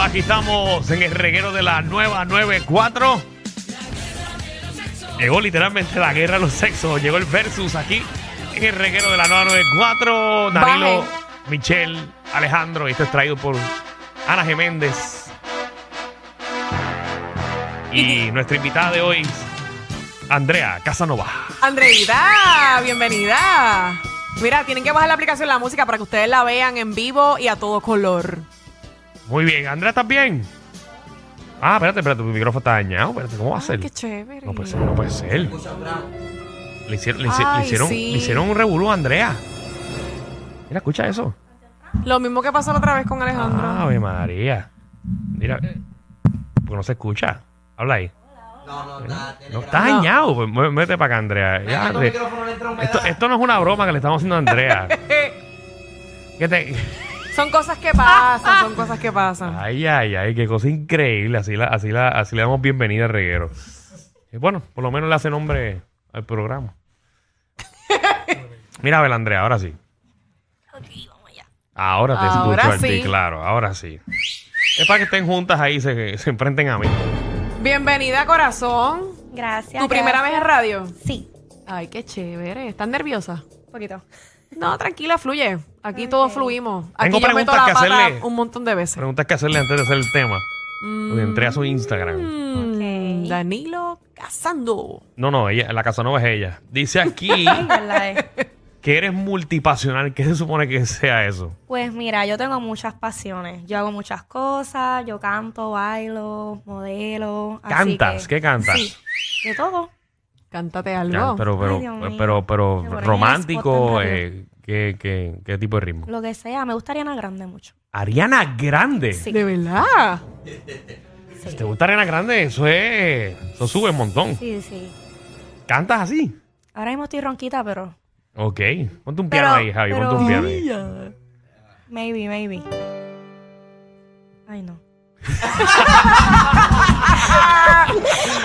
aquí estamos en el reguero de la nueva 94. Llegó literalmente la guerra de los sexos. Llegó el versus aquí en el reguero de la nueva 94. Danilo, Bajen. Michelle, Alejandro. Y esto es traído por Ana Geméndez. Y nuestra invitada de hoy, Andrea Casanova. Andreita, bienvenida. Mira, tienen que bajar la aplicación La Música para que ustedes la vean en vivo y a todo color. Muy bien. Andrea, ¿estás bien? Ah, espérate, espérate. Tu micrófono está dañado. Espérate, ¿cómo va a Ay, ser? qué chévere. No puede ser, no puede ser. Le hicieron, le, hici- le Ay, hicieron, sí. le hicieron un revolú a Andrea. Mira, escucha eso. Lo mismo que pasó la otra vez con Alejandro. Ave María. Mira, porque no se escucha. Habla ahí. No, no, está, no está No. dañado. Pues, mué- Métete para acá, Andrea. Ya, tu de- micrófono le entra humedad. esto, esto no es una broma que le estamos haciendo a Andrea. Eh, Que te- son cosas que pasan, son cosas que pasan. Ay, ay, ay, qué cosa increíble. Así, la, así, la, así le damos bienvenida al reguero. Y bueno, por lo menos le hace nombre al programa. Mira, a ver, Andrea, ahora sí. Ahora te Ahora escucho a ti, sí. claro, ahora sí. Es para que estén juntas ahí, se, se enfrenten a mí. Bienvenida, corazón. Gracias. ¿Tu primera vez en radio? Sí, Ay, qué chévere. ¿Estás nerviosa? un poquito. No, tranquila, fluye. Aquí todos fluimos. Aquí Tengo yo meto preguntas la que pata hacerle. un montón de veces. Preguntas que hacerle antes de hacer el tema. Le entré a su Instagram. Mm, Ok. Danilo Casando. No, no, ella, la Casanova es ella. Dice aquí ¿Verdad es? que eres multipasional. ¿Qué se supone que sea eso? Pues mira, yo tengo muchas pasiones. Yo hago muchas cosas. Yo canto, bailo, modelo. así ¿Cantas? que- ¿Qué cantas? Sí, de todo. Cántate Ya, algo. pero, pero, Ay, Dios mío. pero, pero, Qué bueno, romántico, ya es eh, ¿qué, qué, qué tipo de ritmo? Lo que sea. Me gusta Ariana Grande mucho. Ariana Grande. Sí. De verdad. Si ¿Te gusta Ariana Grande? Eso es. Eso sube un montón. Sí, sí. ¿Cantas así? Ahora mismo estoy ronquita, pero... Ok. Ponte un Pero- piano ahí, Javi. Ponte un pero- piano ahí. Maybe, maybe. Ay, no.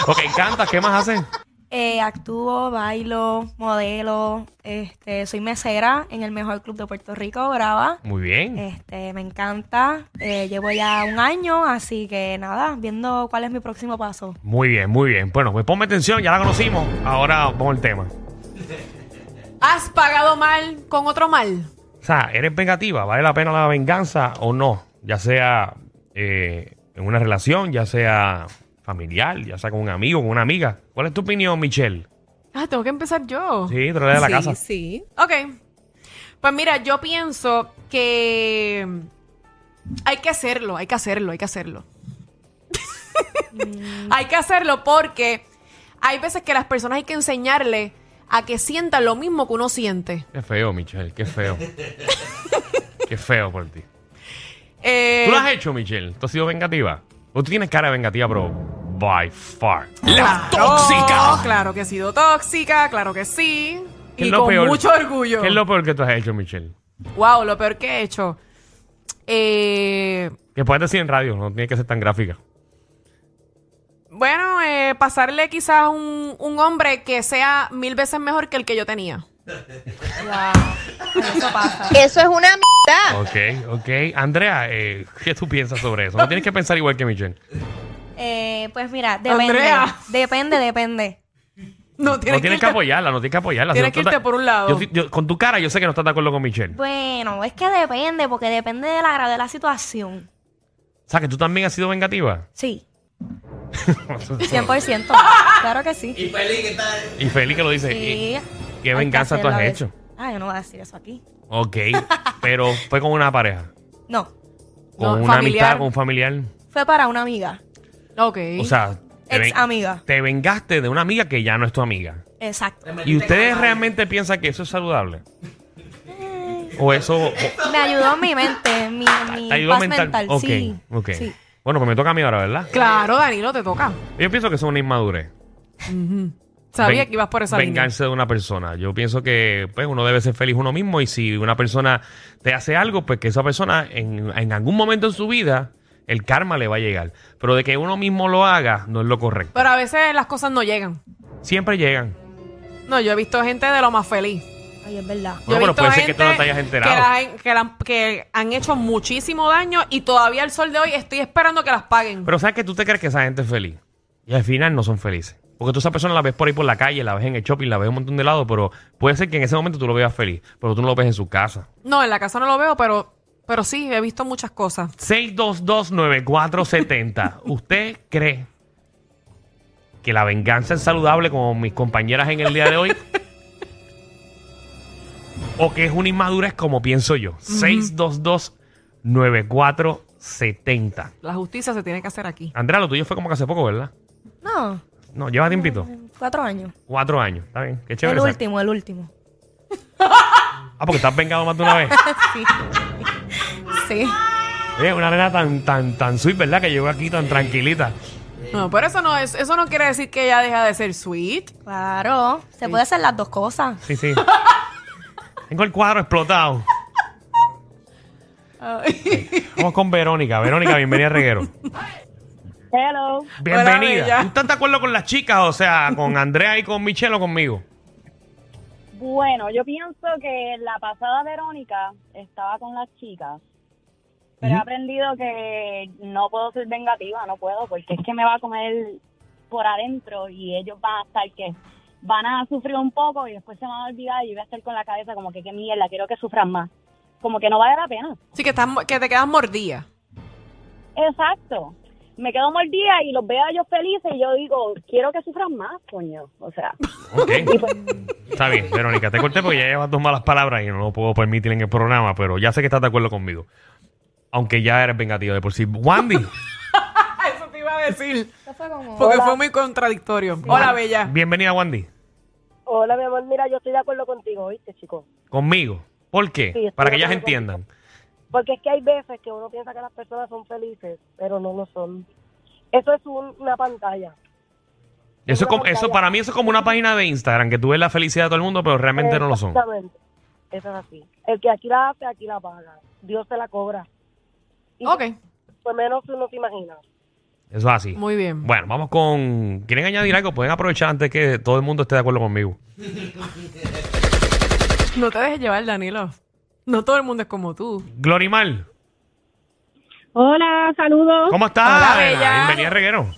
Ok, cantas. ¿Qué más haces? Eh, actúo, bailo, modelo. Este, soy mesera en el mejor club de Puerto Rico, Brava. Muy bien. Este, me encanta. Eh, llevo ya un año, así que nada, viendo cuál es mi próximo paso. Muy bien, muy bien. Bueno, pues ponme atención. Ya la conocimos. Ahora vamos al tema. ¿Has pagado mal con otro mal? O sea, ¿eres vengativa? ¿Vale la pena la venganza o no? Ya sea eh, en una relación, ya sea familiar, ya sea con un amigo, con una amiga. ¿Cuál es tu opinión, Michelle? Ah, tengo que empezar yo. Sí, trae de la sí, casa. Sí. Ok. Pues mira, yo pienso que hay que hacerlo, hay que hacerlo, hay que hacerlo. hay que hacerlo porque hay veces que las personas hay que enseñarle a que sientan lo mismo que uno siente. Qué feo, Michelle, qué feo. qué feo por ti. Eh, ¿Tú lo has hecho, Michelle? ¿Tú has sido vengativa? ¿O tú tienes cara de vengativa, pero by far? claro, tóxica. Oh, Claro que he sido tóxica, claro que sí. ¿Qué Y con mucho orgullo. ¿Qué es lo peor que tú has hecho, Michelle? Wow, lo peor que he hecho. Eh, Que puedes decir en radio, no tiene que ser tan gráfica. bueno, eh, pasarle quizás un, un hombre que sea mil veces mejor que el que yo tenía. Eso pasa. Eso es una mierda. Ok, ok. Andrea, eh, ¿qué tú piensas sobre eso? No tienes que pensar igual que Michelle. Eh, pues mira, depende. Andrea. Depende, depende. No No tienes, tienes que irte- apoyarla, no tienes que apoyarla. Tienes no que estás- irte por un lado. Yo- yo- con tu cara, yo sé que no estás de acuerdo con Michelle. Bueno, es que depende, porque depende de la gravedad de la situación. O sea, que tú también has sido vengativa. Sí. 100%. claro que sí. Y Peli, ¿qué tal? y Feli que lo dice. Sí. ¿y ¿Qué Hay venganza que tú has hacerlo a veces. hecho? Ah, yo no voy a decir eso aquí. Ok, pero fue con una pareja. No. Con No, una familiar. amistad, con un familiar. Fue para una amiga. Ok. O sea, Ex ven- amiga. te vengaste de una amiga que ya no es tu amiga. Exacto. ¿Y ustedes realmente piensan que eso es saludable? Eh. ¿O eso o- Me ayudó en mi mente, mi, mi te ayudó paz mental? mental. ok, sí. ok. sí. Bueno, pues me toca a mí ahora, ¿verdad? claro, Danilo, te toca. Yo pienso que eso es una inmadurez. Sabía Ven- que ibas por esa línea. Vengarse de una persona. Yo pienso que pues, uno debe ser feliz uno mismo y si una persona te hace algo, pues que esa persona en, en algún momento en su vida, el karma le va a llegar. Pero de que uno mismo lo haga, no es lo correcto. Pero a veces las cosas no llegan. Siempre llegan. No, yo he visto gente de lo más feliz. Ay, es verdad. Bueno, Yo pero he visto puede ser que tú no te hayas gente enterado. Que, la- que la- que han hecho muchísimo daño y todavía al sol de hoy estoy esperando que las paguen. Pero sabes que tú te crees que esa gente es feliz. Y al final no son felices. Porque tú esa persona la ves por ahí por la calle, la ves en el shopping, la ves en un montón de lados, pero puede ser que en ese momento tú lo veas feliz, pero tú no lo ves en su casa. no, en la casa no lo veo, pero, pero sí, he visto muchas cosas. 6229470. ¿Usted cree que la venganza es saludable como mis compañeras en el día de hoy? ¿O que es una inmadurez como pienso yo? 6229470. La justicia se tiene que hacer aquí. Andrea, lo tuyo fue como que hace poco, ¿verdad? No, No, lleva tiempito. cuatro años. Cuatro años. Está bien. Qué chévere. el esa- último, el último. Ah, porque estás vengado más de una vez. Sí. sí. Oye, una nena tan, tan, tan sweet, ¿verdad? Que llegó aquí tan tranquilita. No, pero eso no es, eso no quiere decir que ella deja de ser sweet. Claro. Se puede hacer las dos cosas. Sí, sí. Tengo el cuadro explotado. Vamos con Verónica. Verónica, bienvenida a Reguero. Hello. Bienvenida. bella. ¿Tú estás de acuerdo con las chicas? O sea, con Andrea y con Michelle o conmigo. Bueno, yo pienso que la pasada Verónica estaba con las chicas, pero he aprendido que no puedo ser vengativa, no puedo, porque es que me va a comer por adentro y ellos van a estar que van a sufrir un poco y después se van a olvidar y voy a estar con la cabeza como que qué mierda, quiero que sufran más. Como que no vale la pena. Sí, que, estás, mo- que te quedas mordida. Exacto. Me quedo mordida y los veo a ellos felices y yo digo, quiero que sufran más, coño. O sea, Ok. pues- Está bien, Verónica. Te corté porque ya llevas dos malas palabras y no lo puedo permitir en el programa, pero ya sé que estás de acuerdo conmigo. Aunque ya eres vengativa de por sí. Wandy, Ah, Eso te iba a decir. Esto fue como... Porque fue muy contradictorio. Hola, bella. bienvenida, Wandy. hola mi amor, mira, yo estoy de acuerdo contigo, ¿viste, chicos? Conmigo. ¿Por qué? Sí, estoy Para que de ellas acuerdo entiendan. Porque es que hay veces que uno piensa que las personas son felices, pero no lo son. Eso es un- una pantalla. Eso, es como- eso para mí eso es como una página de Instagram, que tú ves la felicidad de todo el mundo, pero realmente no lo son. Exactamente. Eso es así. El que aquí la hace, aquí la paga. Dios se la cobra. Y Ok, Por menos uno se imagina. Eso es así. muy bien. Bueno, vamos con... ¿Quieren añadir algo? Pueden aprovechar antes que todo el mundo esté de acuerdo conmigo. No te dejes llevar, Danilo. No todo el mundo es como tú. Glorimar, Hola, saludos. ¿cómo estás? Hola, bella. Bienvenida, a Reguero.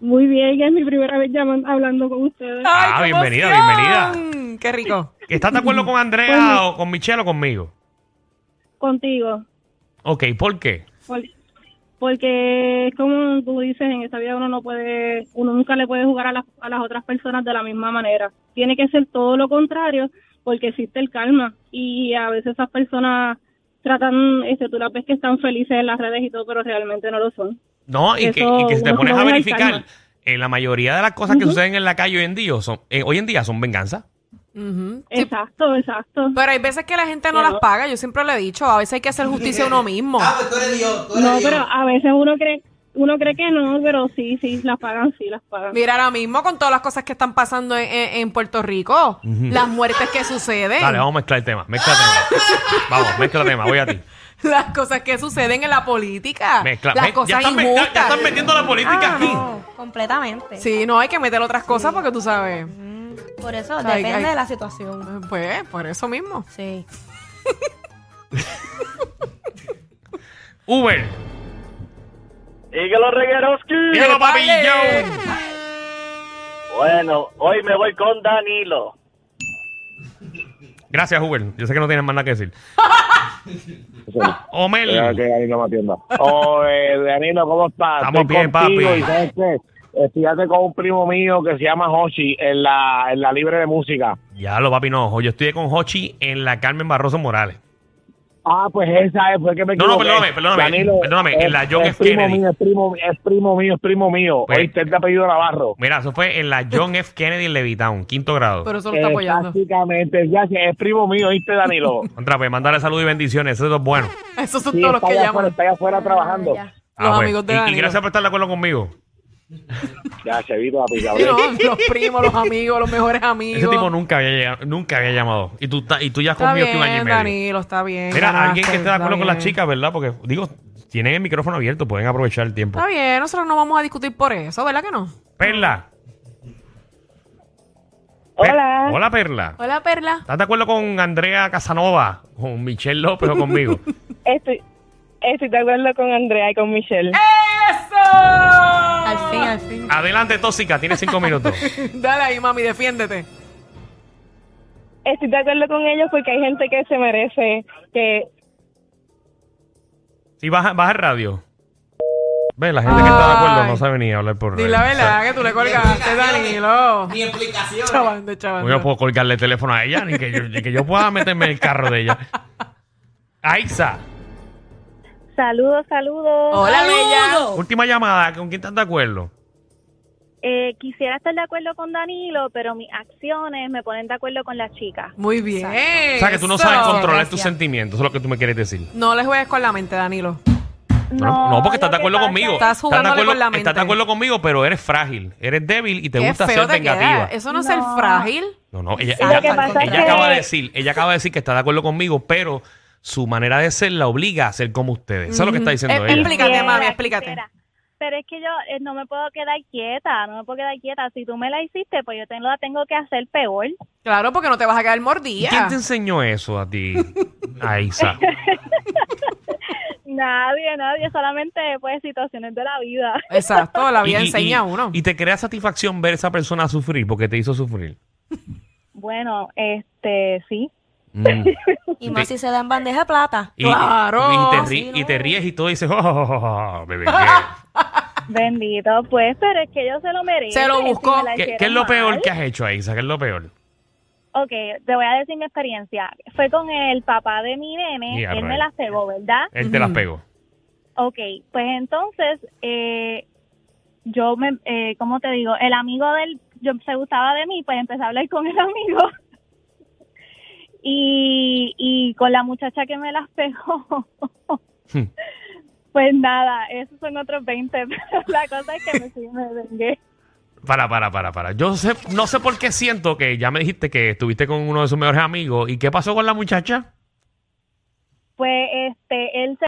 Muy bien, es mi primera vez llamando, hablando con ustedes. Ah, qué bienvenida, emoción! Qué rico. ¿Estás de acuerdo con Pues Andrea o con Michelle o conmigo? Contigo. Ok, ¿por qué? Por- porque es como tú dices, en esta vida uno no puede, uno nunca le puede jugar a las, a las otras personas de la misma manera. Tiene que ser todo lo contrario, porque existe el calma. Y a veces esas personas tratan, este, tú las ves que están felices en las redes y todo, pero realmente no lo son. No, y, que, Eso y que si te no- pones no a voy a verificar, calma. eh, la mayoría de las cosas que suceden en la calle hoy en día son, eh, hoy en día son venganza. Ujú. Eh. Sí, Exacto, exacto. pero hay veces que la gente no las paga. Yo siempre lo he dicho. A veces hay que hacer justicia a uno mismo. Ah, pues tú eres Dios, tú eres No, Dios. pero a veces uno cree, uno cree que no, pero sí, sí, las pagan, sí, las pagan. Mira ahora mismo con todas las cosas que están pasando en, en- en Puerto Rico, las muertes que suceden, Dale, vamos a mezclar el tema. Mezcla el tema. vamos, mezcla el tema. Voy a ti. las cosas que suceden en la política, Mezcla. las me- ya, cosas están mezcla- injustas. ya están metiendo la política Ah, aquí. no, completamente. Sí, no hay que meter otras cosas porque tú sabes. Mm, Por eso Ay, depende ay. de la situación. Pues, por eso mismo. Sí. Uber. Dígalo, Regueroski. Dígalo, papi. vale. yo. Bueno, hoy me voy con Danilo. Gracias, Uber. Yo sé que no tienes más nada que decir. Creo Omel. que Danilo me atienda. Oh, eh, Danilo, ¿cómo estás? Estamos bien, papi. Y sabes qué? Estudiaste con un primo mío que se llama Hoshi en la, en la libre de música. Ya lo, papi, no. Yo estudié con Hochi en la Carmen Barroso Morales. Ah, pues esa es, fue que me No, no, equivoqué. perdóname, perdóname, perdóname, en la John es F. primo Kennedy. mío, es primo, es primo mío, es primo mío. Pues- Oíste, es de apellido Navarro. Mira, eso fue en la John F. Kennedy en Levitown, quinto grado. Pero eso lo está Eh, apoyando. Prácticamente, gracias, es primo mío, oíste, Danilo. Contra, pues, mandarle saludos y bendiciones. Eso es bueno. Esos son Sí, todos los está que allá afuera, llaman. está allá afuera trabajando. Ah, ya. Los pues, amigos de y- y, Danilo. gracias por estar de acuerdo conmigo. Ya, Chevito, papi, Sí, cabrón. no, los primos, los amigos, los mejores amigos. Ese tipo nunca había, llegado- nunca había llamado. Y tú, ta- y tú ya has Está conmigo aquí un año y bien, medio. Danilo, está bien. Mira, ganaste, alguien que esté de acuerdo está con las bien. chicas, ¿verdad? Porque, digo, tienen el micrófono abierto, pueden aprovechar el tiempo. Está bien, nosotros no vamos a discutir por eso, ¿verdad que no? Perla. Per- Hola. Hola, Perla. Hola, Perla. ¿Estás de acuerdo con Andrea Casanova, con Michelle López o conmigo? Estoy, estoy de acuerdo con Andrea y con Michelle. Al fin, al fin. Adelante, tóxica, tienes cinco minutos. Dale ahí, mami, defiéndete. Estoy de acuerdo con ellos porque hay gente que se merece que Si baja, baja el radio. Ve, la gente que está de acuerdo Ay. no sabe ni hablar por radio. Dile la verdad que tú le colgaste, Danilo. Ni explicación. Chavando, chavando. Yo no puedo colgarle el teléfono a ella, ni que yo, ni que yo pueda meterme en el carro de ella. Aixa, Saludos, saludos. Hola, Bella. última llamada, ¿con quién estás de acuerdo? Eh, quisiera estar de acuerdo con Danilo, pero mis acciones me ponen de acuerdo con las chicas. Muy bien. O sea, que tú no sabes Eso. controlar tus gracias. sentimientos, eso es lo que tú me quieres decir. No le juegues con la mente, Danilo. No, no, porque estás de acuerdo conmigo. Estás de jugándole acuerdo- con la mente. Estás de acuerdo conmigo, pero eres frágil, eres débil y te Qué gusta feo ser te queda. vengativa. Eso no es ser No. frágil. No, no, ella, Lo ella- que pasa ella es acaba que- de decir, ella acaba de decir que está de acuerdo conmigo, pero su manera de ser la obliga a ser como ustedes. Eso es lo que está diciendo Ujú. Eh, ella. Explica- Explícate, mami, Quisiera, explícate. quisiera. Pero es que yo eh, no me puedo quedar quieta, no me puedo quedar quieta. Si tú me la hiciste, pues yo te la tengo que hacer peor. Claro, porque no te vas a quedar ¿Y mordida. quién te enseñó eso a ti, Aixa? Nadie, nadie, solamente pues situaciones de la vida. Exacto, la vida Y- y- enseña a uno. Y, te crea satisfacción ver a esa persona sufrir porque te hizo sufrir. Bueno, este, sí. Mm. Y más si se da en bandeja de plata. Y, Claro. y te ri- Sí, y no. te ríes y todo y dices, "Oh, oh, oh, oh, bebé, ¿qué- Bendito, pues, pero es que yo se lo merezco. Se lo buscó. me la ¿qué, hicieron qué es lo mal. peor que has hecho, Aixa? ¿Qué es lo peor? Ok, te voy a decir mi experiencia. Fue con el papá de mi nene, Ya, él me rayos. la cegó, ¿verdad? Él te las Ujú. pegó. Ok, pues entonces, eh, yo me, eh, ¿cómo te digo? El amigo del, yo se gustaba de mí, pues empecé a hablar con el amigo. Y, y con la muchacha que me las pegó. Hmm. Pues nada, esos son otros 20, pero la cosa es que me, sí me vengué. Para, para, para, para. Yo sé- no sé por qué siento que ya me dijiste que estuviste con uno de sus mejores amigos. ¿Y qué pasó con la muchacha? Pues este, él se